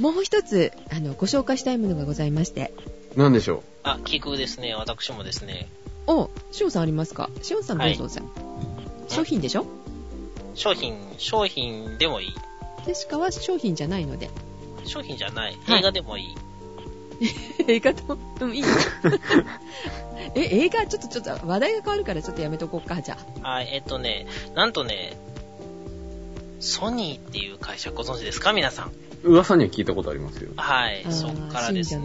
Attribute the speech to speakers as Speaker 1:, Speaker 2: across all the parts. Speaker 1: もう一つ、あの、ご紹介したいものがございまして。
Speaker 2: なんでしょ
Speaker 3: あ、聞くですね。私もですね。
Speaker 1: お、しおんさんありますかしおんさんどうぞじゃあ、商品でしょ
Speaker 3: 商品、商品でもいい。
Speaker 1: ジェシカは商品じゃないので。
Speaker 3: 商品じゃない。
Speaker 1: はい
Speaker 3: 映画でもいい。
Speaker 1: 映画と、うん、いいよ え、映画ちょっとちょっと話題が変わるからちょっとやめとこうか、じゃあ。
Speaker 3: はい、えっとね、なんとね、ソニーっていう会社ご存知ですか皆さん。
Speaker 2: う噂には聞いたことありますよ。
Speaker 3: はい
Speaker 1: あ、ー
Speaker 3: そっからです
Speaker 1: 信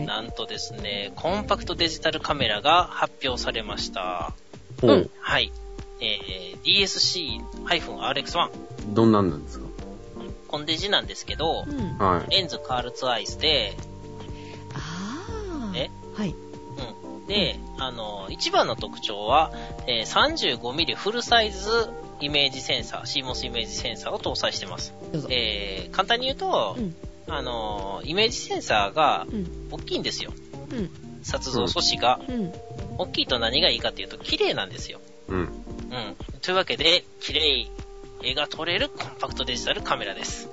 Speaker 1: 者の
Speaker 3: なんとですね、コンパクトデジタルカメラが発表されました。
Speaker 2: ほう。
Speaker 1: うん
Speaker 3: はい。えー、DSC-RX1、
Speaker 2: どんなんなんですか
Speaker 3: コンデジなんですけど
Speaker 1: う、ん。あ
Speaker 2: はい。
Speaker 3: レンズカールツアイスで、
Speaker 1: あー。
Speaker 3: え
Speaker 1: はい。
Speaker 3: で、あの、一番の特徴は、えー 35mm フルサイズイメージセンサー、CMOS イメージセンサーを搭載してます。
Speaker 1: どうぞ。
Speaker 3: えー、簡単に言うと
Speaker 1: う、ん。
Speaker 3: あの、イメージセンサーが
Speaker 1: うん。
Speaker 3: 大きいんですよ。
Speaker 1: うん。
Speaker 3: 撮像素子が。
Speaker 1: うん。
Speaker 3: 大きいと何がいいかっていうと、綺麗なんですよ。
Speaker 2: うん。
Speaker 3: うん。というわけで、綺麗絵が撮れるコンパクトデジタルカメラです。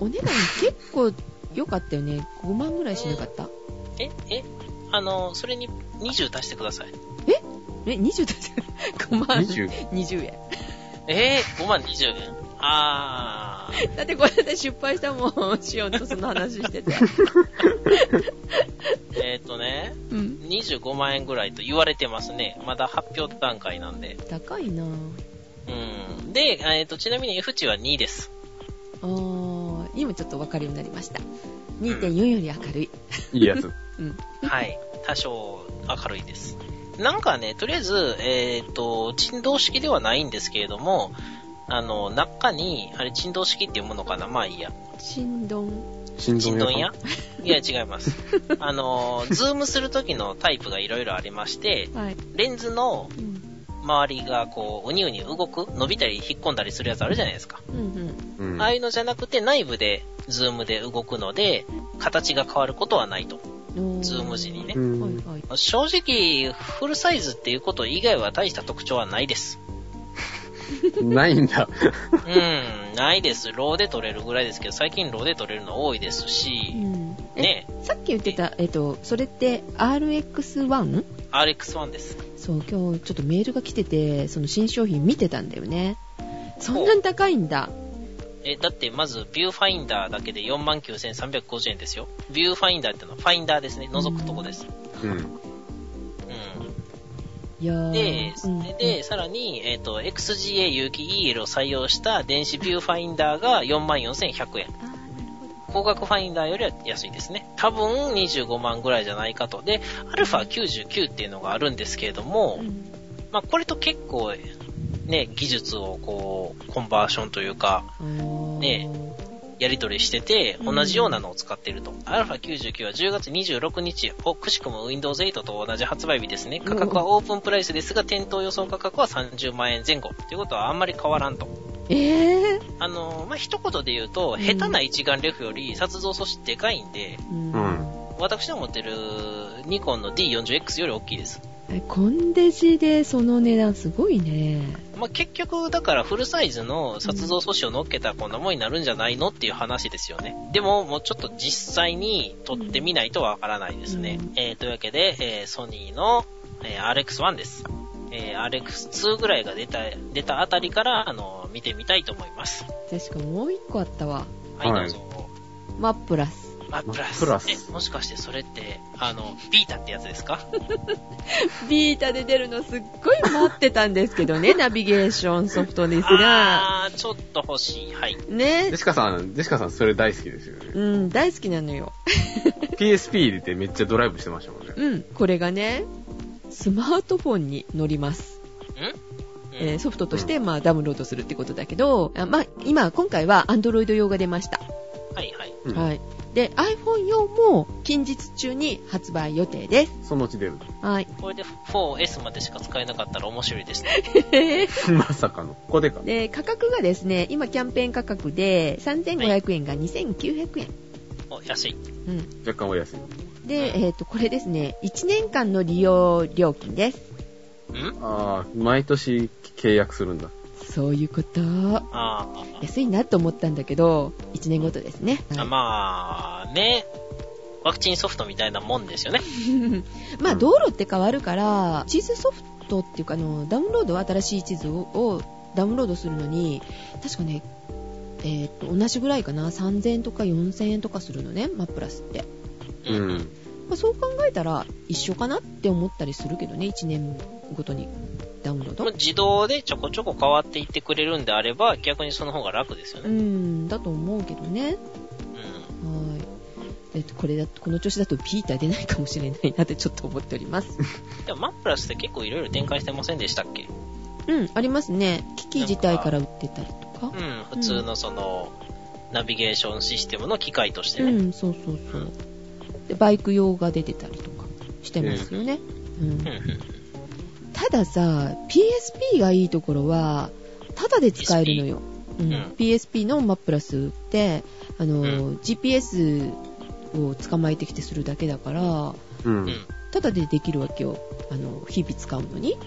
Speaker 1: お値段結構良かったよね。5万ぐらいしなかった
Speaker 3: ええあの、それに20足してください。
Speaker 1: え、20だって、5万
Speaker 2: 20
Speaker 1: 20円。
Speaker 3: えー、5万20円あー。
Speaker 1: だってこれで失敗したもん、しおんとその話して て。
Speaker 3: えっ、ー、とね、
Speaker 1: うん。
Speaker 3: 25万円ぐらいと言われてますね。まだ発表段階なんで。
Speaker 1: 高いなぁ。
Speaker 3: うん。で、えっ、と、ちなみに F 値は2です。
Speaker 1: あー、今ちょっと分かるようになりました。2.4より明るい。
Speaker 2: いいや つ。
Speaker 1: うん。
Speaker 3: はい。多少明るいです。なんかね、とりあえず、えっ、と、振動式ではないんですけれども、あの、中に、あれ振動式っていうものかなまあいいや。
Speaker 1: 振動。
Speaker 2: 心臓
Speaker 3: 振動
Speaker 2: 屋
Speaker 3: やいや、違います。あの、ズームするときのタイプがいろいろありまして、
Speaker 1: はい。
Speaker 3: レンズの
Speaker 1: うん。
Speaker 3: 周りがこう、うにうに動く、伸びたり引っ込んだりするやつあるじゃないですか。
Speaker 1: うんうん。
Speaker 2: うん。
Speaker 3: ああいうのじゃなくて、内部で、ズームで動くので、形が変わることはないと。
Speaker 1: お
Speaker 3: ズーム時にね
Speaker 2: う。
Speaker 1: は
Speaker 2: ん
Speaker 1: いはい。
Speaker 3: 正直、フルサイズっていうこと以外は大した特徴はないです。
Speaker 2: ないん だ。
Speaker 3: うん、ないです。ローで撮れるぐらいですけど、最近ローで撮れるの多いです
Speaker 1: う
Speaker 3: し、
Speaker 1: ん、え
Speaker 3: ね、
Speaker 1: さっき言ってた、えっと、それって RX1?
Speaker 3: RX1 です。
Speaker 1: そう、今日ちょっとメールが来てて、その新商品見てたんだよね。そんなに高いんだ。
Speaker 3: え、だってまず、ビューファインダーだけで49,350円ですよ。ビューファインダーってのは、ファインダーですね。覗くとこです。
Speaker 2: うん。
Speaker 3: うん。
Speaker 1: いやー
Speaker 3: で、
Speaker 1: うん
Speaker 3: で、さらに、えっ、と、XGA 有機 EL を採用した電子ビューファインダーが44,100円。
Speaker 1: あーなるほど
Speaker 3: 光学ファインダーよりは安いですね。多分25万ぐらいじゃないかと。で、アルファ99っていうのがあるんですけれども、まあこれと結構、ね、技術をこう、コンバーションというか、
Speaker 1: うん
Speaker 3: ねやり取りしてて、
Speaker 1: うん
Speaker 3: 同じようなのを使っていると。アルファ99は10月26日、お、くしくも Windows 8と同じ発売日ですね。価格はオープンプライスですが、店頭予想価格は30万円前後。ということはあんまり変わらんと。
Speaker 1: ええ
Speaker 3: あのーまあ、一言で言うと、
Speaker 1: うん
Speaker 3: 下手な一眼レフより殺像素子でかいんで、
Speaker 1: うん
Speaker 2: うん。
Speaker 3: 私の持ってるニコンの D40X より大きいです。
Speaker 1: えコンデジでその値段すごいね。
Speaker 3: まあ、結局、だからフルサイズの撮像素子を乗っけたらこんなもんになるんじゃないのっていう話ですよね。でも、もうちょっと実際に撮ってみないとわからないですね。
Speaker 1: うん
Speaker 3: えー、というわけで、えーソニーの、えー RX1 です。えー RX2 ぐらいが出た、出たあたりから、あの見てみたいと思います。
Speaker 1: 確かもう一個あったわ。
Speaker 3: はい、
Speaker 2: はい
Speaker 3: どうぞ。
Speaker 1: マップラス。
Speaker 3: まあ、プラス。
Speaker 2: プラス
Speaker 3: えもしかしてそれって、あの、ビータってやつですか
Speaker 1: ビータで出るのすっごい待ってたんですけ どね、ナビゲーションソフトですが。
Speaker 3: あー、ちょっと欲しい。はい。
Speaker 1: ね
Speaker 2: ジェ。シカさん、ジェシカさんそれ大好きですよね。
Speaker 1: うん、大好きなのよ。
Speaker 2: PSP でめっちゃドライブしてましたもんね。
Speaker 1: うん、これがね、スマートフォンに乗ります。
Speaker 3: ん、
Speaker 1: えーソフトとして、まあ、ダウンロードするってことだけど、あまあ、今、今回は Android 用が出ました。
Speaker 3: はいはい。
Speaker 2: うん
Speaker 1: はい。で、iPhone 用も近日中に発売予定です。
Speaker 2: そのう ち出る。
Speaker 1: はい。
Speaker 3: これで 4S までしか使えなかったら面白いですね。
Speaker 2: まさかの。ここでか。
Speaker 1: で、価格がですね、今キャンペーン価格で3500円が2900円。
Speaker 3: お、安い。
Speaker 1: うん。
Speaker 2: 若干お安い。
Speaker 1: で、えっ、と、これですね、1年間の利用料金です。
Speaker 3: ん
Speaker 2: ああ、毎年契約するんだ。
Speaker 1: そういうこと。
Speaker 3: あー
Speaker 1: 安いなと思ったんだけど、1年ごとですね。
Speaker 3: あ
Speaker 1: はい
Speaker 3: まあ、ね、ワクチンソフトみたいなもんですよね。
Speaker 1: まあ道路って変わるから地図ソフトっていうかあのダウンロードは新しい地図ををダウンロードするのに確かねえーっと同じぐらいかな3000円とか4000円とかするのねマップラスって、
Speaker 2: う。ん。
Speaker 1: まあ、そう考えたら一緒かなって思ったりするけどね1年ごとにダウンロー
Speaker 3: まあ
Speaker 1: ド
Speaker 3: 自動でちょこちょこ変わっていってくれるんであれば、逆にその方が楽ですよ
Speaker 1: う
Speaker 3: ね。
Speaker 1: んだと思うけどね
Speaker 3: うん。
Speaker 1: はいえっとこれだとこの調子だとピーター出ないかもしれないなってちょっと思っております
Speaker 3: でも、マップラスって結構いろいろ展開してませんでしたっけ
Speaker 1: うんありますね機器自体から売ってたりとか
Speaker 3: うん、普通のその、ナビゲーションシステムの機械として
Speaker 1: う
Speaker 3: ね。
Speaker 1: ん、そうそうそう。で、バイク用が出てたりとかしてますよね。うん
Speaker 3: うん、。うん。
Speaker 1: たださ、PSP がいいところは、タダで使えるのよ。うん
Speaker 3: うん
Speaker 1: PSP のマップラスって、あの、
Speaker 3: うん
Speaker 1: GPS を捕まえてきてするだけだから、
Speaker 2: うん。
Speaker 3: うん。
Speaker 1: タダでできるわけよ。あの、日々使うのに。
Speaker 3: うん。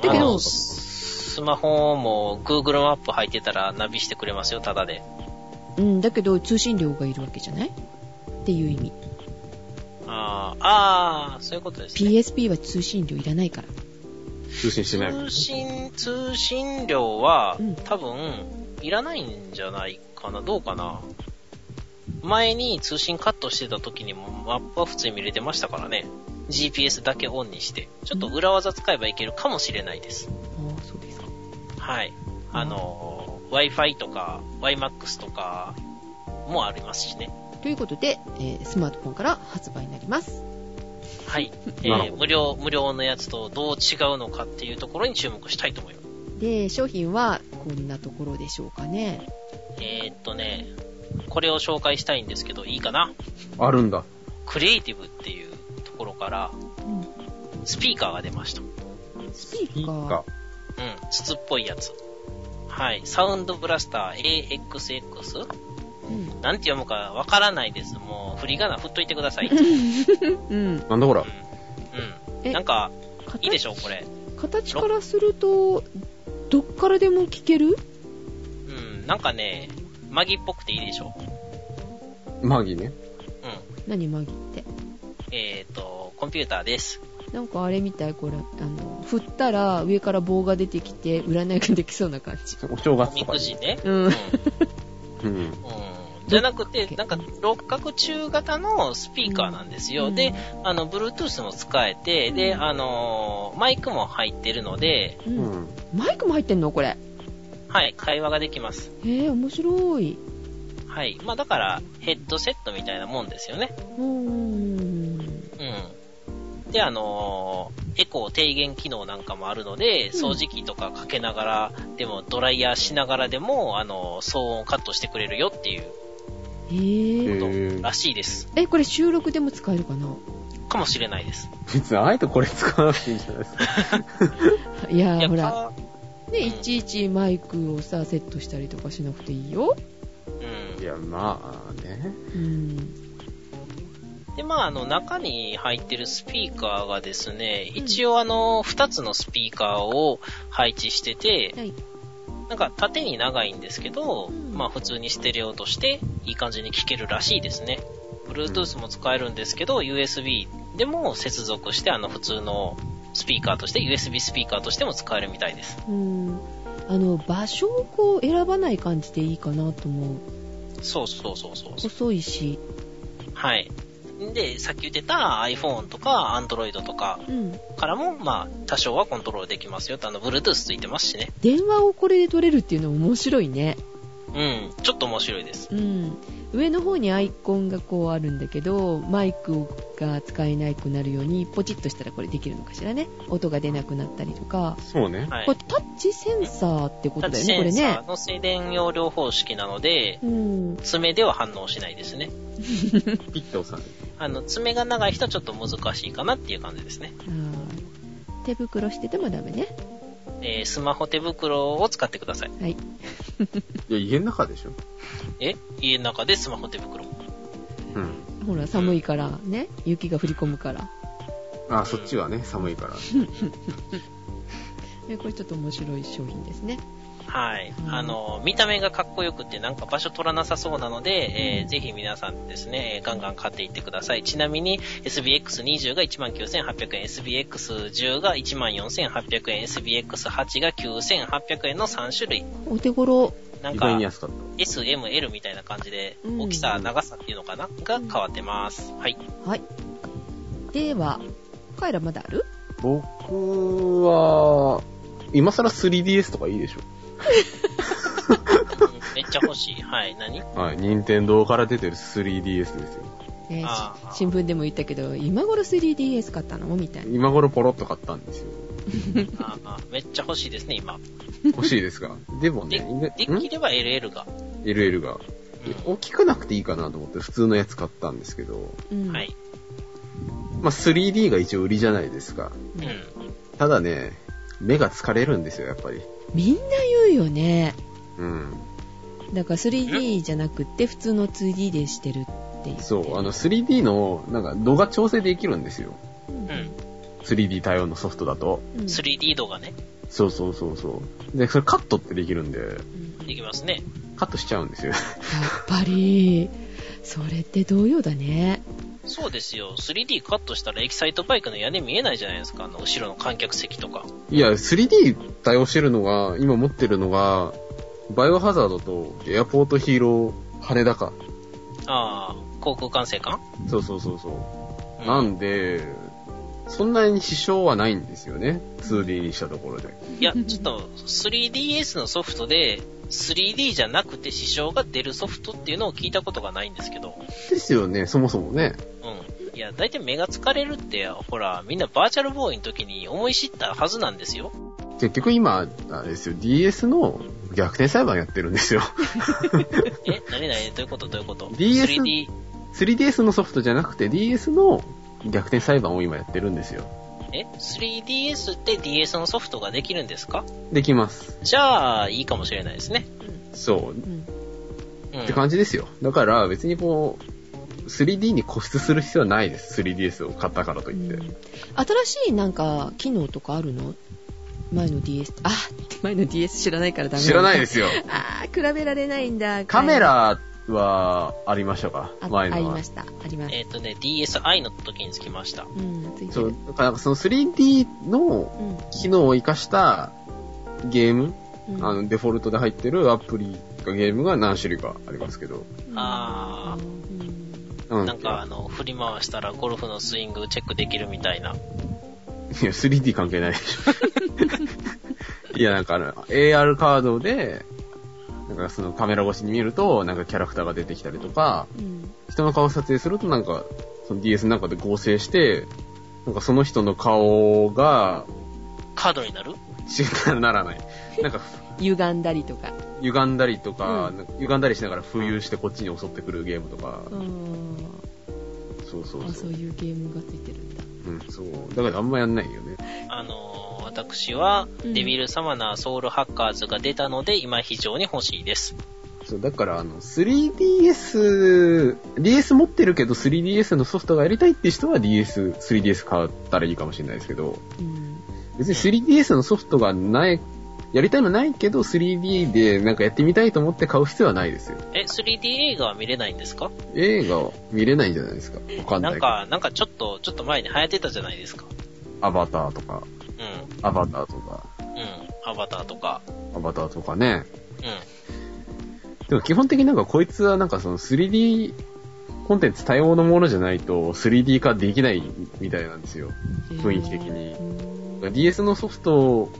Speaker 1: だ
Speaker 3: あ
Speaker 1: けど
Speaker 3: の、スマホも Google マップ入ってたらナビしてくれますよ、ただで。
Speaker 1: うん、だけど通信料がいるわけじゃないっていう意味。
Speaker 3: あーあー、そういうことですね。
Speaker 1: PSP は通信料いらないから。
Speaker 2: 通信してないもん。
Speaker 3: 通信、通信料は
Speaker 1: うん
Speaker 3: 多分いらないんじゃないかな。どうかな。前に通信カットしてた時にもマップは普通に見れてましたからね。GPS だけオンにして。ちょっと裏技使えばいけるかもしれないです。
Speaker 1: ああ、そうですか。
Speaker 3: はい。あの、Wi-Fi とか WiMAX とかもありますしね。
Speaker 1: ということで、えースマートフォンから発売になります。
Speaker 3: はい。え
Speaker 2: なるほ
Speaker 3: ー、
Speaker 2: ど
Speaker 3: 無料、無料のやつとどう違うのかっていうところに注目したいと思います。
Speaker 1: で、商品はこんなところでしょうかね。
Speaker 3: えー、っとね、これを紹介したいんですけど、いいかな
Speaker 2: あるんだ。
Speaker 3: クリエイティブっていうところから、スピーカーが出ました。うん。
Speaker 1: スピー
Speaker 2: いい
Speaker 1: カー。
Speaker 2: か。
Speaker 3: 筒っぽいやつ。はい。サウンドブラスター AXX?
Speaker 1: うん
Speaker 3: なんて読むかわからないです。もう、振り仮名振っといてくだ さい。
Speaker 1: うん。
Speaker 2: なんだほら。
Speaker 3: う
Speaker 1: え
Speaker 3: ん。なんか、いいで
Speaker 1: 形
Speaker 3: しょう、これ。
Speaker 1: 形からすると、どっからでも聞ける
Speaker 3: うん。なんかね、マギっぽくていいでしょ
Speaker 2: マギね。
Speaker 3: う。うん。
Speaker 1: 何マギって。
Speaker 3: えっ、と、コンピューターです。
Speaker 1: なんかあれみたい、これ。あの、振ったら上から棒が出てきて、占いができそうな感じ。
Speaker 2: お正
Speaker 3: お
Speaker 2: 月
Speaker 3: み
Speaker 2: とか
Speaker 3: く
Speaker 2: に。
Speaker 3: じね。
Speaker 1: うん
Speaker 3: うん。。
Speaker 2: うん。
Speaker 3: うんじゃなくて、なんか、六角柱型のスピーカーなんですよ。
Speaker 1: うん
Speaker 3: で、あの、Bluetooth も使えて、で、あのーマイクも入ってるので、
Speaker 1: う。
Speaker 2: うんん。
Speaker 1: マイクも入ってんのこれ。
Speaker 3: はい、会話ができます。
Speaker 1: へえ、面白い。
Speaker 3: はい。まあ、だから、ヘッドセットみたいなもんですよね。
Speaker 1: うーん。
Speaker 3: うん。で、あのーエコー低減機能なんかもあるの
Speaker 1: う
Speaker 3: で、
Speaker 1: ん
Speaker 3: 掃除機とかかけながら、でも、ドライヤーしながらでも、あのー騒音をカットしてくれるよっていう
Speaker 1: へえ。
Speaker 2: へー
Speaker 3: らしいです。
Speaker 1: え、これ収録でも使えるかな
Speaker 3: かもしれないです。
Speaker 2: 別にあえてこれ使わなくていいんじゃないですか。
Speaker 1: いや
Speaker 3: い
Speaker 1: ー、
Speaker 3: や
Speaker 1: ほら。
Speaker 3: か
Speaker 1: ね、
Speaker 3: うん
Speaker 1: いちいちマイクをさ、セットしたりとかしなくていいよ。
Speaker 3: うん
Speaker 2: い。や、まあね。
Speaker 1: うん。
Speaker 3: で、まあ、あの、中に入ってるスピーカーがですね、一応あの、二つのスピーカーを配置してて、
Speaker 1: はい。
Speaker 3: なんか縦に長いんですけど、
Speaker 1: うん
Speaker 3: まあ、普通にステレオとして、いい感じに聞けるらしいですね。Bluetooth も使えるんですけど、USB でも接続して、あの、普通のスピーカーとして、USB スピーカーとしても使えるみたいです。
Speaker 1: うん。あの、場所をこう選ばない感じでいいかなと思う。
Speaker 3: そうそうそうそうそう。
Speaker 1: 細いし。
Speaker 3: はい。で、さっき言ってた iPhone とか Android とか
Speaker 1: うん。
Speaker 3: からも、まあ、多少はコントロールできますよと。あの、Bluetooth ついてますしね。
Speaker 1: 電話をこれで取れるっていうのも面白いね。
Speaker 3: うん、ちょっと面白いです。
Speaker 1: うん。上の方にアイコンがこうあるんだけど、マイクが使えなくなるように、ポチッとしたらこれできるのかしらね。音が出なくなったりとか。
Speaker 2: そうね。
Speaker 3: はい
Speaker 1: これ。タッチセンサーってこと
Speaker 3: タッ
Speaker 1: だ
Speaker 3: チ
Speaker 1: よね、
Speaker 3: セ
Speaker 1: これ
Speaker 3: ンサ
Speaker 1: ね
Speaker 3: ー。の静電容量方式なので、
Speaker 1: うん。
Speaker 3: 爪では反応しないですね。
Speaker 2: ピッと押さない。
Speaker 3: あの、爪が長い人はちょっと難しいかなっていう感じですね。
Speaker 1: あー手袋しててもダメね。
Speaker 3: えー、スマホ手袋を使ってください。
Speaker 1: はい。
Speaker 2: いや、家の中でしょ。
Speaker 3: え家の中でスマホ手袋。
Speaker 2: うん。
Speaker 1: ほら、寒いからね、雪が降り込むから。
Speaker 2: あ、そっちはね、寒いから。
Speaker 1: えこれちょっと面白い商品ですね。
Speaker 3: はい
Speaker 1: うん。
Speaker 3: あの、見た目がかっこよくてなんか場所取らなさそうなので、えーぜひ皆さんですね、えーガンガン買っていってください。ちなみに SBX20 が19,800円、SBX10 が14,800円、SBX8 が9,800円の3種類。
Speaker 1: お手頃。
Speaker 3: なん
Speaker 2: 意
Speaker 3: か
Speaker 2: 外に、安かっ
Speaker 3: S、M、L みたいな感じで
Speaker 1: う、ん
Speaker 3: 大きさ、長さっていうのかなが変わってます。はい。
Speaker 1: はい。では、カイラまだある
Speaker 2: た。僕は、今更 3DS とかいいでしょ。
Speaker 3: めっちゃ欲しい。はい。何
Speaker 2: はい。任天堂から出てる 3DS ですよ。
Speaker 1: えーし
Speaker 3: あー
Speaker 1: 新聞でも言ったけど、今頃 3DS 買ったのみたいな。
Speaker 2: 今頃ポロッと買ったんですよ。
Speaker 3: ああめっちゃ欲しいですね、今。
Speaker 2: 欲しいです が。でもね、
Speaker 3: で
Speaker 2: ん
Speaker 3: できれば LL が。
Speaker 2: LL が。
Speaker 3: う
Speaker 2: 大きくなくていいかなと思って普通のやつ買ったんですけど、
Speaker 1: うん
Speaker 3: ん、はい。
Speaker 2: まあ 3D が一応売りじゃないですか。
Speaker 1: う
Speaker 3: うんん。
Speaker 2: ただね、目が疲れるんですよ、やっぱり。
Speaker 1: みんな言うよね。
Speaker 2: うん。
Speaker 1: だから 3D じゃなくって普通の 2D でしてるっていう。
Speaker 2: そう、あの 3D の、なんか度が調整できるんですよ。
Speaker 1: うん。
Speaker 3: うん。
Speaker 2: 3D 対応のソフトだと。
Speaker 1: うん
Speaker 3: 3D 度がね、
Speaker 2: そうそうそうそう。で、それカットってできるんで、
Speaker 1: うん
Speaker 3: できますね。
Speaker 2: カットしちゃうんですよ。
Speaker 1: やっぱり、それって同様だね。
Speaker 3: そうですよ。3D カットしたらエキサイトバイクの屋根見えないじゃないですか。あの、後ろの観客席とか。
Speaker 2: いや、3D 対応してるのが、今持ってるのが、バイオハザードとエアポートヒーロー羽田か。
Speaker 3: ああ、航空管制官
Speaker 2: そうそうそうそう。
Speaker 3: うん
Speaker 2: なんで、そんなに支障はないんですよね。2D にしたところで。
Speaker 3: いや、ちょっと、3DS のソフトで、3D じゃなくて支障が出るソフトっていうのを聞いたことがないんですけど。
Speaker 2: ですよね、そもそもね。
Speaker 3: うん。いや、大体目が疲れるって、ほら、みんなバーチャルボーイの時に思い知ったはずなんですよ。
Speaker 2: 結局今、あれですよ、DS の逆転裁判やってるんですよ。
Speaker 3: え、なになにどういうことどういうこと
Speaker 2: DS
Speaker 3: ?3D、
Speaker 2: 3DS のソフトじゃなくて DS の逆転裁判を今やってるんですよ。
Speaker 3: え ?3DS って DS のソフトができるんですか
Speaker 2: できます。
Speaker 3: じゃあ、いいかもしれないですね。
Speaker 2: そう。
Speaker 1: う
Speaker 2: っ
Speaker 1: ん。
Speaker 3: うん。
Speaker 2: て感じですよ。だから別にこう、3D に固執する必要はないです。3DS を買ったからといって。
Speaker 1: うん新しいなんか機能とかあるの前の DS あ前の DS 知らないからダメ
Speaker 2: 知らないです すよ。
Speaker 1: あー比べられないんだ
Speaker 2: カメラはありましたか
Speaker 1: あ
Speaker 2: 前
Speaker 1: あり
Speaker 2: のは
Speaker 1: ま。したあります、
Speaker 3: えっ、とね、DSi の時につきました。
Speaker 1: うんついて
Speaker 2: そう
Speaker 1: る。
Speaker 2: だからその 3D の
Speaker 1: うん
Speaker 2: 機能を活かしたゲーム、
Speaker 1: うん
Speaker 2: あのデフォルトで入ってるアプリかゲームが何種類かありますけど。
Speaker 3: あ
Speaker 1: うん
Speaker 2: う
Speaker 3: なんか、あの、振り回したらゴルフのスイングチェックできるみたいな。
Speaker 2: いや、3D 関係ないでしょ。いや、なんかあの、AR カードで、なんかそのカメラ越しに見ると、なんかキャラクターが出てきたりとか、
Speaker 1: うん
Speaker 2: 人の顔撮影するとなんか、その DS の中で合成して、なんかその人の顔が、
Speaker 3: カードになる
Speaker 2: 違うならない。なんか、
Speaker 1: 歪んだりとか
Speaker 2: 歪んだりとか、
Speaker 1: う
Speaker 2: なんか歪んだりしながら浮遊してこっちに襲ってくるゲームとか、
Speaker 1: うん
Speaker 2: そうそう
Speaker 1: あ
Speaker 2: そ。
Speaker 1: そうういうゲームがついてるんだ
Speaker 2: うん、そう。だからあんまやんないよね。
Speaker 3: あのー、私は、
Speaker 1: うん
Speaker 3: デビルサマナーソウルハッカーズが出たので、今非常に欲しいです。
Speaker 2: そう、だからあの、3DS、DS 持ってるけど 3DS のソフトがやりたいって人は DS、3DS 買ったらいいかもしれないですけど、
Speaker 1: うん
Speaker 2: 別に 3DS のソフトがない、やりたいのないけど 3D でなんかやってみたいと思って買う必要はないですよ。
Speaker 3: え、3D 映画は見れないんですか
Speaker 2: 映画を見れないんじゃないですか。わかんない
Speaker 3: な
Speaker 2: け
Speaker 3: ん
Speaker 2: ど。
Speaker 3: か、なんかちょっと、ちょっと前に流行ってたじゃないですか。
Speaker 2: アバターとか、
Speaker 3: うん。う
Speaker 2: アバターとか、
Speaker 3: ん。アバターとか。
Speaker 2: アバターとかね。
Speaker 3: う
Speaker 2: でも基本的になんかこいつはなんかその 3D コンテンツ対応のものじゃないと 3D 化できないみたいなんですよ。雰囲気的に
Speaker 1: うん
Speaker 2: DS のソフト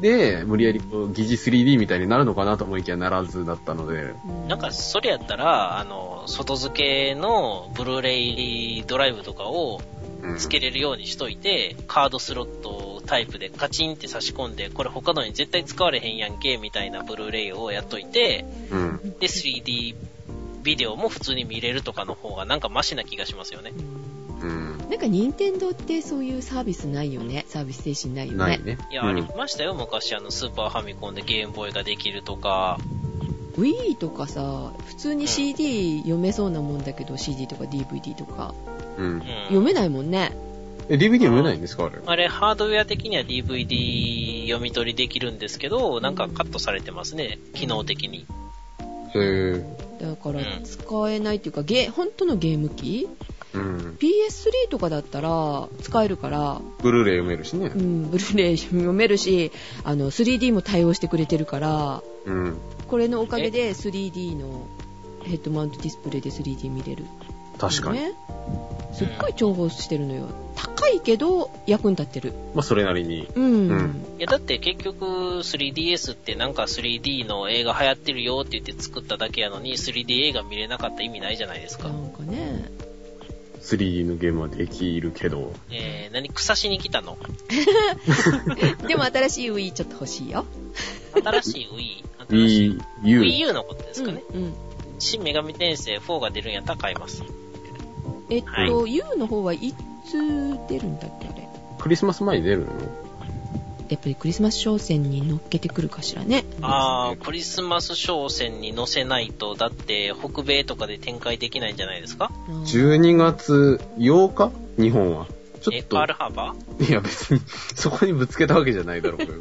Speaker 2: で無理やりこう疑似 3D みたいになるのかなと思いきやならずだったので、
Speaker 3: ん。なんか、それやったら、あの、外付けのブルーレイドライブとかを
Speaker 2: うん
Speaker 3: つけれるようにしといて、カードスロットタイプでカチンって差し込んで、これ他のに絶対使われへんやんけ、みたいなブルーレイをやっといて、
Speaker 2: うん、
Speaker 3: で、3D ビデオも普通に見れるとかの方がなんかマシな気がしますよね。
Speaker 1: うん
Speaker 2: うん、
Speaker 1: なんか任天堂ってそういうサービスないよねサービス精神ないよね
Speaker 2: ないね。
Speaker 3: いや、
Speaker 2: うん
Speaker 3: ありましたよ、昔、あの、スーパーファミコンでゲームボーイができるとか、
Speaker 1: Wii とかさ普通
Speaker 3: う
Speaker 1: に
Speaker 3: ん
Speaker 1: CD 読めそうなもんだけど、CD とか DVD とか
Speaker 2: うん
Speaker 3: う、ん。
Speaker 1: 読めないもんね
Speaker 2: え、DVD 読めないんですかあれ。
Speaker 3: あれ、ハードウェア的には DVD 読み取りできるんですけど、なんかカットされてますね、機能的に。
Speaker 2: へえ。
Speaker 1: だから
Speaker 3: うん
Speaker 1: 使えないっていうか、ゲー本当のゲーム機
Speaker 2: うん。
Speaker 1: PS3 とかだったら使えるから、
Speaker 2: ブルーレイ読めるしね
Speaker 1: う。ん、ブルーレイ読めるしあの 3D も対応してくれてるから
Speaker 2: うん。
Speaker 1: これのおかげで 3D のヘッドマウントディスプレイで 3D 見れる、
Speaker 2: 確かに。
Speaker 1: ね、すっごい重宝してるのよ高いけど役に立ってる
Speaker 2: まあ、それなりに。
Speaker 1: うん、
Speaker 2: うん
Speaker 3: いや、だって結局 3DS ってなんか 3D の映画流行ってるよって言って作っただけやのに 3D 映画見れなかった意味ないじゃないです
Speaker 1: な
Speaker 3: か。
Speaker 1: んかね
Speaker 2: 3D のゲームはできるけど。
Speaker 3: えー、何草しに来たの
Speaker 1: でも新しい Wii ちょっと欲しいよ
Speaker 3: 新しい Wii? 新しい
Speaker 2: Wii U。
Speaker 3: Wii U のことですかね。
Speaker 1: うんうん
Speaker 3: 新女神転生4が出るんやったら買います。
Speaker 1: えっと、U の方はいつ出るんだっけあれ
Speaker 2: クリスマス前に出るの
Speaker 1: やっぱりクリスマス商戦に乗っけてくるかしらね
Speaker 3: あー、クリスマス商戦に載せないと、だって北米とかで展開できないんじゃないですか
Speaker 1: うん
Speaker 2: ?12 月8日日本は。ちょ
Speaker 3: え、
Speaker 2: っ
Speaker 3: パー
Speaker 2: と、
Speaker 3: ルハーバー
Speaker 2: いや別に、そこにぶつけたわけじゃないだろうけど。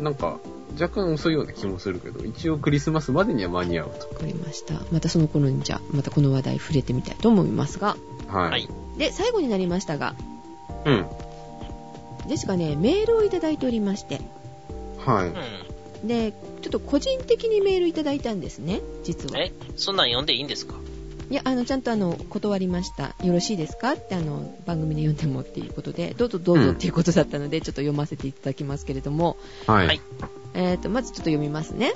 Speaker 2: なんか、若干遅いような気もするけど、一応クリスマスまでには間に合うと。
Speaker 1: わかりました。またその頃にじゃあ、またこの話題触れてみたいと思いますが。
Speaker 2: はい。
Speaker 3: はい
Speaker 1: で、最後になりましたが、
Speaker 2: うん。
Speaker 1: ジェシカね、メールをいただいておりまして、
Speaker 2: はい。
Speaker 3: う
Speaker 1: で、ちょっと個人的にメールいただいたんですね、実
Speaker 3: ん。
Speaker 1: は。
Speaker 3: え、そんなん読んでいいんですか
Speaker 1: いや、あの、ちゃんとあの、断りました。よろしいですかってあの、番組で読んでもっていうことで、どうぞどうぞ
Speaker 2: うん
Speaker 1: っていうことだったので、ちょっと読ませていただきますけれども、
Speaker 2: はい。
Speaker 3: はい
Speaker 1: えっ、と、まずちょっと読みますね。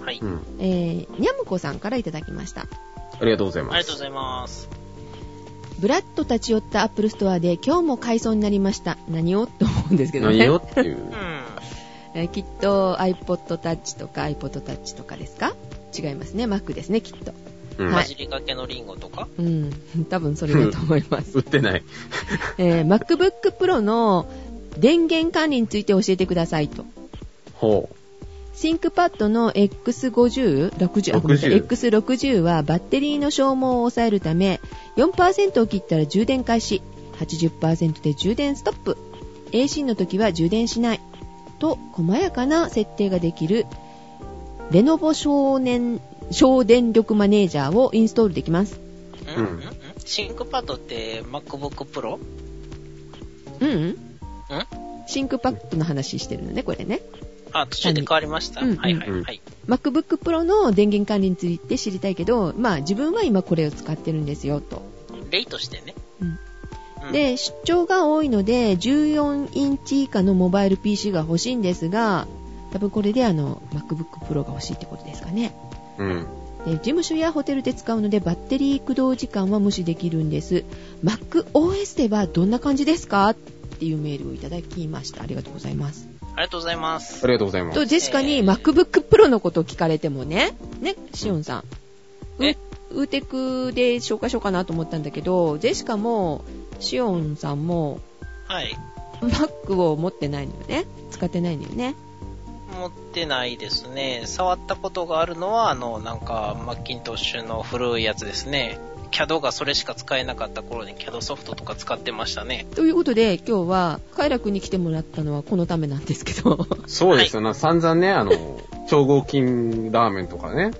Speaker 3: はい。
Speaker 2: うん。
Speaker 1: えー、にゃむこさんからいただきました。
Speaker 2: ありがとうございます。
Speaker 3: ありがとうございます。
Speaker 1: ブラッと立ち寄ったアップルストアで今日も改装になりました。何をと思うんですけどね。
Speaker 2: 何よっていうう。
Speaker 3: ん。
Speaker 1: えーきっと iPod Touch とか iPod Touch とかですか違いますね。Mac ですね、きっと。
Speaker 2: うん
Speaker 1: は
Speaker 3: か
Speaker 1: い
Speaker 3: じりかけのリンゴとか
Speaker 1: うん。 多分それだと思います
Speaker 2: 売っ。てない。
Speaker 1: えー MacBook Pro の電源管理について教えてくださいと。
Speaker 2: ほ
Speaker 1: ThinkPad の X50、60あごめんなさい
Speaker 2: 60
Speaker 1: X60 はバッテリーの消耗を抑えるため、4%を切ったら充電開始、80%で充電ストップ、AC の時は充電しない、と細やかな設定ができる、レノボ少年、省電力マネージャーをインストールできます。
Speaker 3: うん、
Speaker 2: うん
Speaker 3: うん、シンクパッドって MacBook Pro?
Speaker 1: うんうんシンクパッドの話してるのね、これね。
Speaker 3: あ、途中で変わりました。
Speaker 1: うん
Speaker 3: はいはい
Speaker 2: うん
Speaker 3: はい。
Speaker 1: MacBook Pro の電源管理について知りたいけど、まあ自分は今これを使ってるんですよ、と。
Speaker 3: 例としてね。
Speaker 1: うん
Speaker 3: うん
Speaker 1: で、出張が多いので、14インチ以下のモバイル PC が欲しいんですが、多分これであの、MacBook Pro が欲しいってことですかね。
Speaker 2: う。うん。
Speaker 1: で事務所やホテルで使うので、バッテリー駆動時間は無視できるんです。MacOS ではどんな感じですかっていうメールをいただきました。ありがとうございます。
Speaker 3: ありがとうございます
Speaker 2: あ。りがとうございます
Speaker 1: と、。ジェシカに
Speaker 3: えー
Speaker 1: MacBook Pro のことを聞かれてもね、ね、シオンさん。
Speaker 3: え
Speaker 1: ウーテクで紹介しようかなと思ったんだけど、ジェシカも、シオンさんも、
Speaker 3: はい。
Speaker 1: Mac を持ってないのよね。使ってないのよね。
Speaker 3: 持ってないですね。触ったことがあるのは、あの、なんか、マッキントッシュの古いやつですね。CAD がそれしか使えなかった頃に CAD ソフトとか使ってましたね。
Speaker 1: ということで、今日は、カイラ君に来てもらったのはこのためなんですけど、
Speaker 2: そうですよ、な散々ね、あの、超合金ラーメンとかね、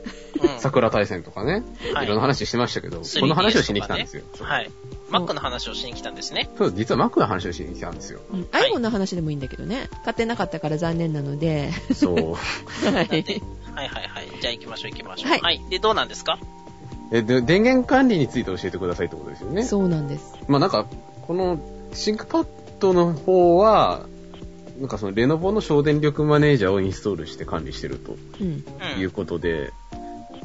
Speaker 3: うん。
Speaker 2: 桜大戦とかね、
Speaker 3: はい
Speaker 2: い、ろんな話してましたけど、
Speaker 3: 3DS
Speaker 2: この話をしに来たんですよ。
Speaker 3: はい。Mac の話をしに来たんですね。
Speaker 2: そう実はマックの話をしに来たんですよ。
Speaker 1: うん
Speaker 3: はい
Speaker 1: iPhone の話でもいいんだけどね。買ってなかったから残念なので、
Speaker 2: そう。
Speaker 1: は
Speaker 3: なんで
Speaker 1: い。
Speaker 3: はいはいはい。じゃあ行きましょう行きましょう。
Speaker 1: はい
Speaker 3: はい。で、どうなんですか
Speaker 2: え、で、電源管理について教えてくださいってことですよ ね。
Speaker 1: そうなんです。
Speaker 2: まあなんか、この、シンクパッドの方は、なんかその、レノボの省電力マネージャーをインストールして管理してると
Speaker 1: うん。
Speaker 3: う。
Speaker 2: いうんことで、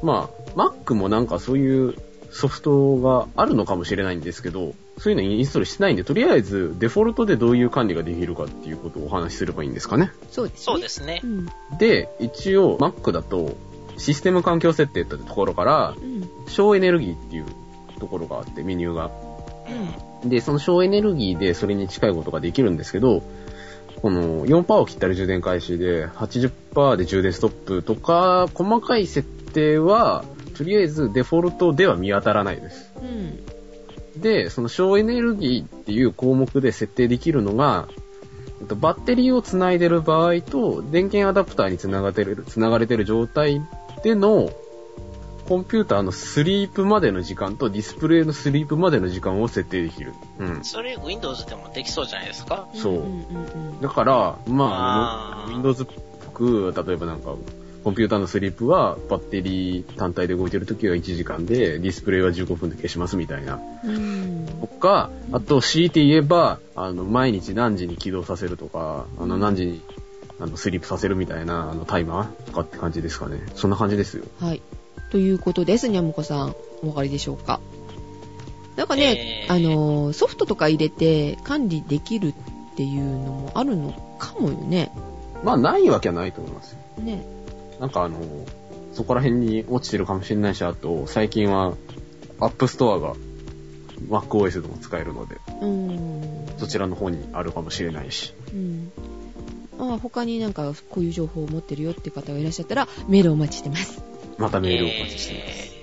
Speaker 2: まあ、Mac もなんかそういうソフトがあるのかもしれないんですけど、そういうのインストールしてないんで、とりあえずデフォルトでどういう管理ができるかっていうことをお話しすればいいんですかね。
Speaker 1: そうです、ね。
Speaker 3: そうですね
Speaker 1: う。ん。
Speaker 2: で、一応 Mac だと、システム環境設定ってところから、
Speaker 1: うん。
Speaker 2: 省エネルギーっていうところがあって、メニューが。
Speaker 3: うん。
Speaker 2: で、その省エネルギーでそれに近いことができるんですけど、この4%を切ったら充電開始で、80%で充電ストップとか、細かい設定は、とりあえずデフォルトでは見当たらないです。
Speaker 1: うん。
Speaker 2: で、その省エネルギーっていう項目で設定できるのが、えっとバッテリーをつないでる場合と、電源アダプターにつながってる、つながれてる状態での、コンピューターのスリープまでの時間とディスプレイのスリープまでの時間を設定できる。うん。
Speaker 3: それ Windows でもできそうじゃないですか
Speaker 2: そう
Speaker 1: うんうんうん
Speaker 2: だから、まあ、あ
Speaker 3: あー
Speaker 2: の Windows っぽく、例えばなんか、コンピューターのスリープはバッテリー単体で動いてるときは1時間で、ディスプレイは15分で消しますみたいな。
Speaker 1: うん
Speaker 2: とか、あと強いて言えば、あの、毎日何時に起動させるとか、あの、何時に、あの、スリープさせるみたいな、あの、タイマーとかって感じですかね。そんな感じですよ。
Speaker 1: はい。ということです、にゃむこさん。お分かりでしょうか。なんかね、
Speaker 3: えー
Speaker 1: あのー、ソフトとか入れて管理できるっていうのもあるのかもよね。
Speaker 2: まあ、ないわけはないと思いますよ。
Speaker 1: ね。
Speaker 2: なんかあの、そこら辺に落ちてるかもしれないし、あと、最近は、アップストアが MacOS でも使えるので、
Speaker 1: うーん。
Speaker 2: そちらの方にあるかもしれないし。
Speaker 1: うん。あ他になんかこういう情報を持ってるよって方がいらっしゃったら、メールお待ちしてます。
Speaker 2: またメールをお待ちしています。
Speaker 3: えー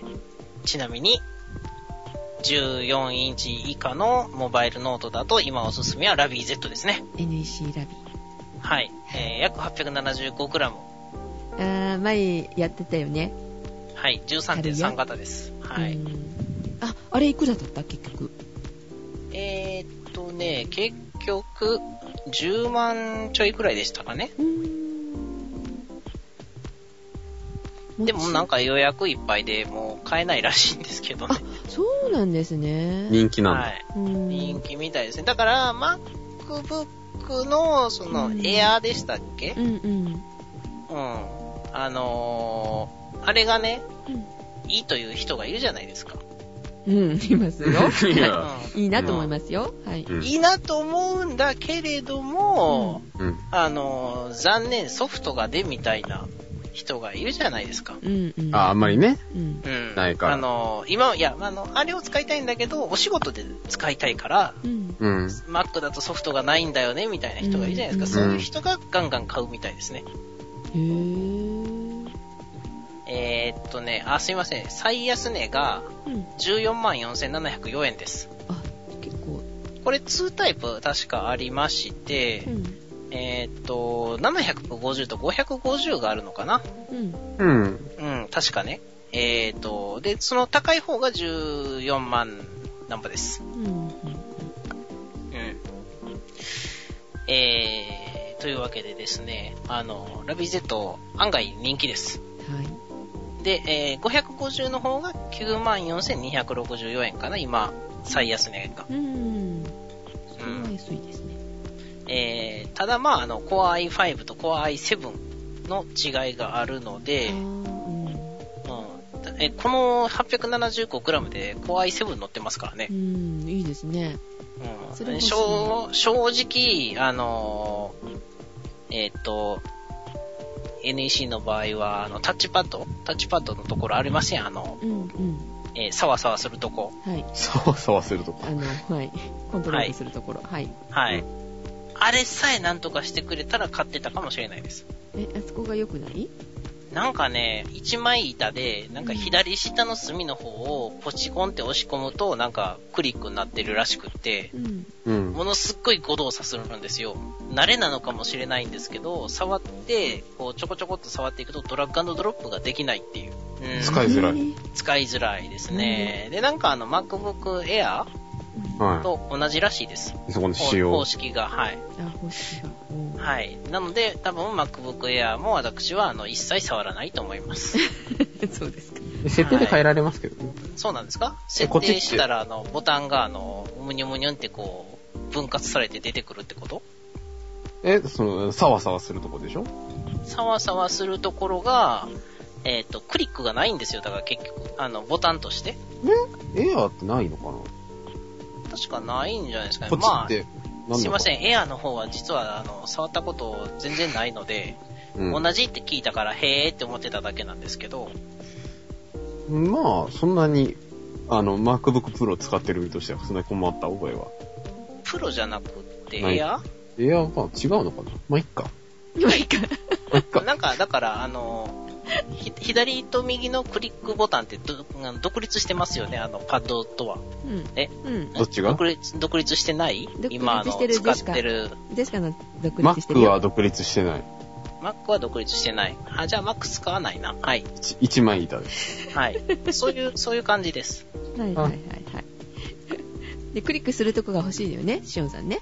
Speaker 3: ちなみに、14インチ以下のモバイルノートだと今おすすめはラビー Z ですね。
Speaker 1: NEC ラビー。
Speaker 3: はい。えー約 875g。
Speaker 1: あー前やってたよね。
Speaker 3: はい。
Speaker 1: 軽い
Speaker 3: 13.3
Speaker 1: よ
Speaker 3: 型です。はい。
Speaker 1: うん。あ、あれいくらだった結局。
Speaker 3: えーっとね、結局、10万ちょいくらいでしたかね。
Speaker 1: うーん。
Speaker 3: でもなんか予約いっぱいでもう買えないらしいんですけどね。
Speaker 1: そうなんですね。
Speaker 2: 人気なんだ。
Speaker 3: はい。
Speaker 1: うん
Speaker 3: 人気みたいですね。だから、MacBook の、その
Speaker 1: う、ん
Speaker 3: Air でしたっけ
Speaker 1: うんうん。
Speaker 3: うん。あのー、あれがね、いいという人がいるじゃないですか。
Speaker 1: うん、いますよ。
Speaker 2: いや
Speaker 1: いいなと思いますよ。はい。
Speaker 2: うん
Speaker 3: うん、いいなと思うんだけれども、
Speaker 2: うん。
Speaker 3: あのー、残念、ソフトが出みたいな人がいるじゃないですか。
Speaker 1: うんうん。
Speaker 2: あ、あんまりね。
Speaker 1: うん。
Speaker 3: うん。
Speaker 2: ないから
Speaker 3: あのー、今、いや、あの、あれを使いたいんだけど、お仕事で使いたいから、
Speaker 1: うん。
Speaker 2: うん。
Speaker 3: Mac だとソフトがないんだよね、みたいな人がいるじゃないですか。
Speaker 2: うん
Speaker 3: そういう人がガンガン買うみたいですね。
Speaker 1: へぇー。
Speaker 3: えーっとね、あ、すいません。最安値が
Speaker 1: うん。
Speaker 3: 144,704円です。
Speaker 1: あ、結構。
Speaker 3: これ2タイプ確かありまして
Speaker 1: う、ん。
Speaker 3: えーっと、750と550があるのかな
Speaker 1: うん。
Speaker 2: うん。
Speaker 3: うん、確かね。えーっと、で、その高い方が14万ナンバです。
Speaker 1: うん。
Speaker 3: うん。えー、というわけでですね、あの、ラビゼット案外人気です。
Speaker 1: はい。
Speaker 3: で、えー550の方が94,264円かな、今、最安値が。
Speaker 1: うん。それ
Speaker 3: う
Speaker 1: は
Speaker 3: ん
Speaker 1: 安いですね。
Speaker 3: えーただまあ、あの、Core i5 と Core i7 の違いがあるの
Speaker 1: あ
Speaker 3: で、
Speaker 1: ー
Speaker 3: うん、えこの 875g で Core i7 乗ってますからね
Speaker 1: う。ん。うん。いいですね。
Speaker 3: うん
Speaker 1: それ欲しい
Speaker 3: 正正直、あのーえっ、と、NEC の場合は、あの、タッチパッドタッチパッドのところありませんあの、
Speaker 1: うん。うん。
Speaker 3: えー、サワサワするとこ。
Speaker 1: はい。
Speaker 2: そわそわするとか。
Speaker 1: あの、はい。コントロールするところ。はい。
Speaker 3: はい。
Speaker 2: う
Speaker 3: あれさえなんとかしてくれたら買ってたかもしれないです。
Speaker 1: え、あそこが良くない
Speaker 3: なんかね、一枚板で、なんか左下の隅の方をポチコンって押し込むと、なんかクリックになってるらしくって、
Speaker 1: うん。
Speaker 2: うん。
Speaker 3: ものすっごい誤動作するんですよ。慣れなのかもしれないんですけど、触って、こうちょこちょこっと触っていくとドラッグドロップができないっていう。うん、
Speaker 2: 使いづらい
Speaker 1: えー
Speaker 3: 使いづらいですね。で、なんかあの MacBook Air
Speaker 2: は
Speaker 3: と同じらしいです。
Speaker 2: い。そこの仕
Speaker 3: 方
Speaker 2: 様。
Speaker 3: 式が、はい。
Speaker 1: あ、星が。おー
Speaker 3: はい。なので、多分 MacBook Air も私はあの一切触らないと思います。
Speaker 1: そうですか。
Speaker 2: 設定で変えられますけどね。
Speaker 3: そうなんですか
Speaker 2: え
Speaker 3: 設
Speaker 2: こっちって
Speaker 3: 定したら、あの、ボタンが、あの、むにゅむにゅんってこう、分割されて出てくるってこと
Speaker 2: え、その、さわさわするとこでしょ
Speaker 3: サワサワするところが、えっ、と、クリックがないんですよ。だから結局、あの、ボタンとして。
Speaker 2: エアーってないのかな
Speaker 3: 確かないんじゃないですかね。
Speaker 2: こっち
Speaker 3: ま
Speaker 2: って、
Speaker 3: あ、すいませ
Speaker 2: ん。
Speaker 3: ん。エアの方は実は、あの、触ったこと全然ないので、
Speaker 2: うん
Speaker 3: 同じって聞いたから、へーって思ってただけなんですけど、
Speaker 2: まあ、そんなに、あの、MacBook Pro 使ってる身としては、そんなに困った覚えは。
Speaker 3: プロじゃなくて、
Speaker 2: ない
Speaker 3: エア
Speaker 2: エアーが違うのかなまあ、いっか。
Speaker 1: まあいいか。
Speaker 2: まあ、いっか。
Speaker 3: なんか、だから、あの、ひ左と右のクリックボタンってどあの独立してますよね、あのパッドとは。
Speaker 1: うん。
Speaker 3: え
Speaker 1: うん。
Speaker 2: どっちが
Speaker 3: 独立独立してない
Speaker 1: 独立
Speaker 3: 今あの
Speaker 1: してる
Speaker 3: 使ってる。
Speaker 1: ジェシカの独立してる
Speaker 2: Mac は
Speaker 1: よ。
Speaker 2: 独立してない。
Speaker 3: Mac は独立してない。あ、じゃあ Mac 使わないな。はい。
Speaker 2: 一一枚板です。
Speaker 3: はい。そういう、 そういう感じです。
Speaker 1: はいはいはいはい。で、クリックするとこが欲しいよね、シオンさんね。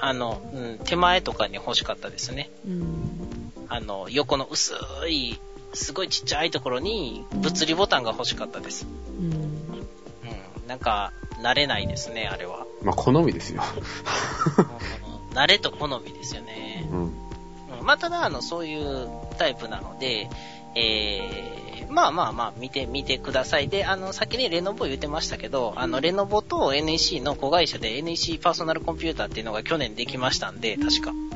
Speaker 3: あの、うん、手前とかに欲しかったですね。
Speaker 1: うん。
Speaker 3: あの、横の薄い、すごいちっちゃいところに物理ボタンが欲しかったです。
Speaker 1: うん。
Speaker 3: うん。なんか、慣れないですね、あ れは。
Speaker 2: まあ、好みですよ。
Speaker 3: うん慣れと好みですよね。
Speaker 2: うん。
Speaker 3: うんまあ、ただ、あの、そういうタイプなので、えー、まあまあまあ、見て、見てください。で、あの、先にレノボ言ってましたけど、あの、レノボと NEC の子会社で NEC パーソナルコンピューターっていうのが去年できましたんで、確か。
Speaker 2: うん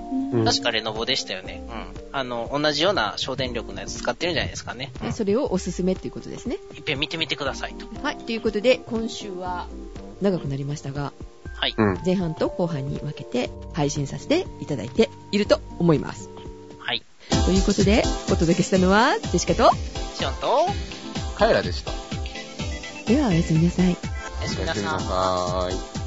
Speaker 3: 確かレノボでしたよね。うん。あの、同じような省電力のやつ使ってるんじゃないですかね。うん
Speaker 1: それをおすすめっていうことですね。
Speaker 3: いっぺん見てみてくださいと。
Speaker 1: はい。ということで、今週は長くなりましたが、
Speaker 3: はい。
Speaker 2: うん。
Speaker 1: 前半と後半に分けて配信させていただいていると思います。
Speaker 3: はい。
Speaker 1: ということで、お届けしたのは、ジェシカと、
Speaker 3: シオンと、
Speaker 2: カエラでした。
Speaker 1: ではおやすみなさい。
Speaker 3: おやすみなさい。
Speaker 2: さーい。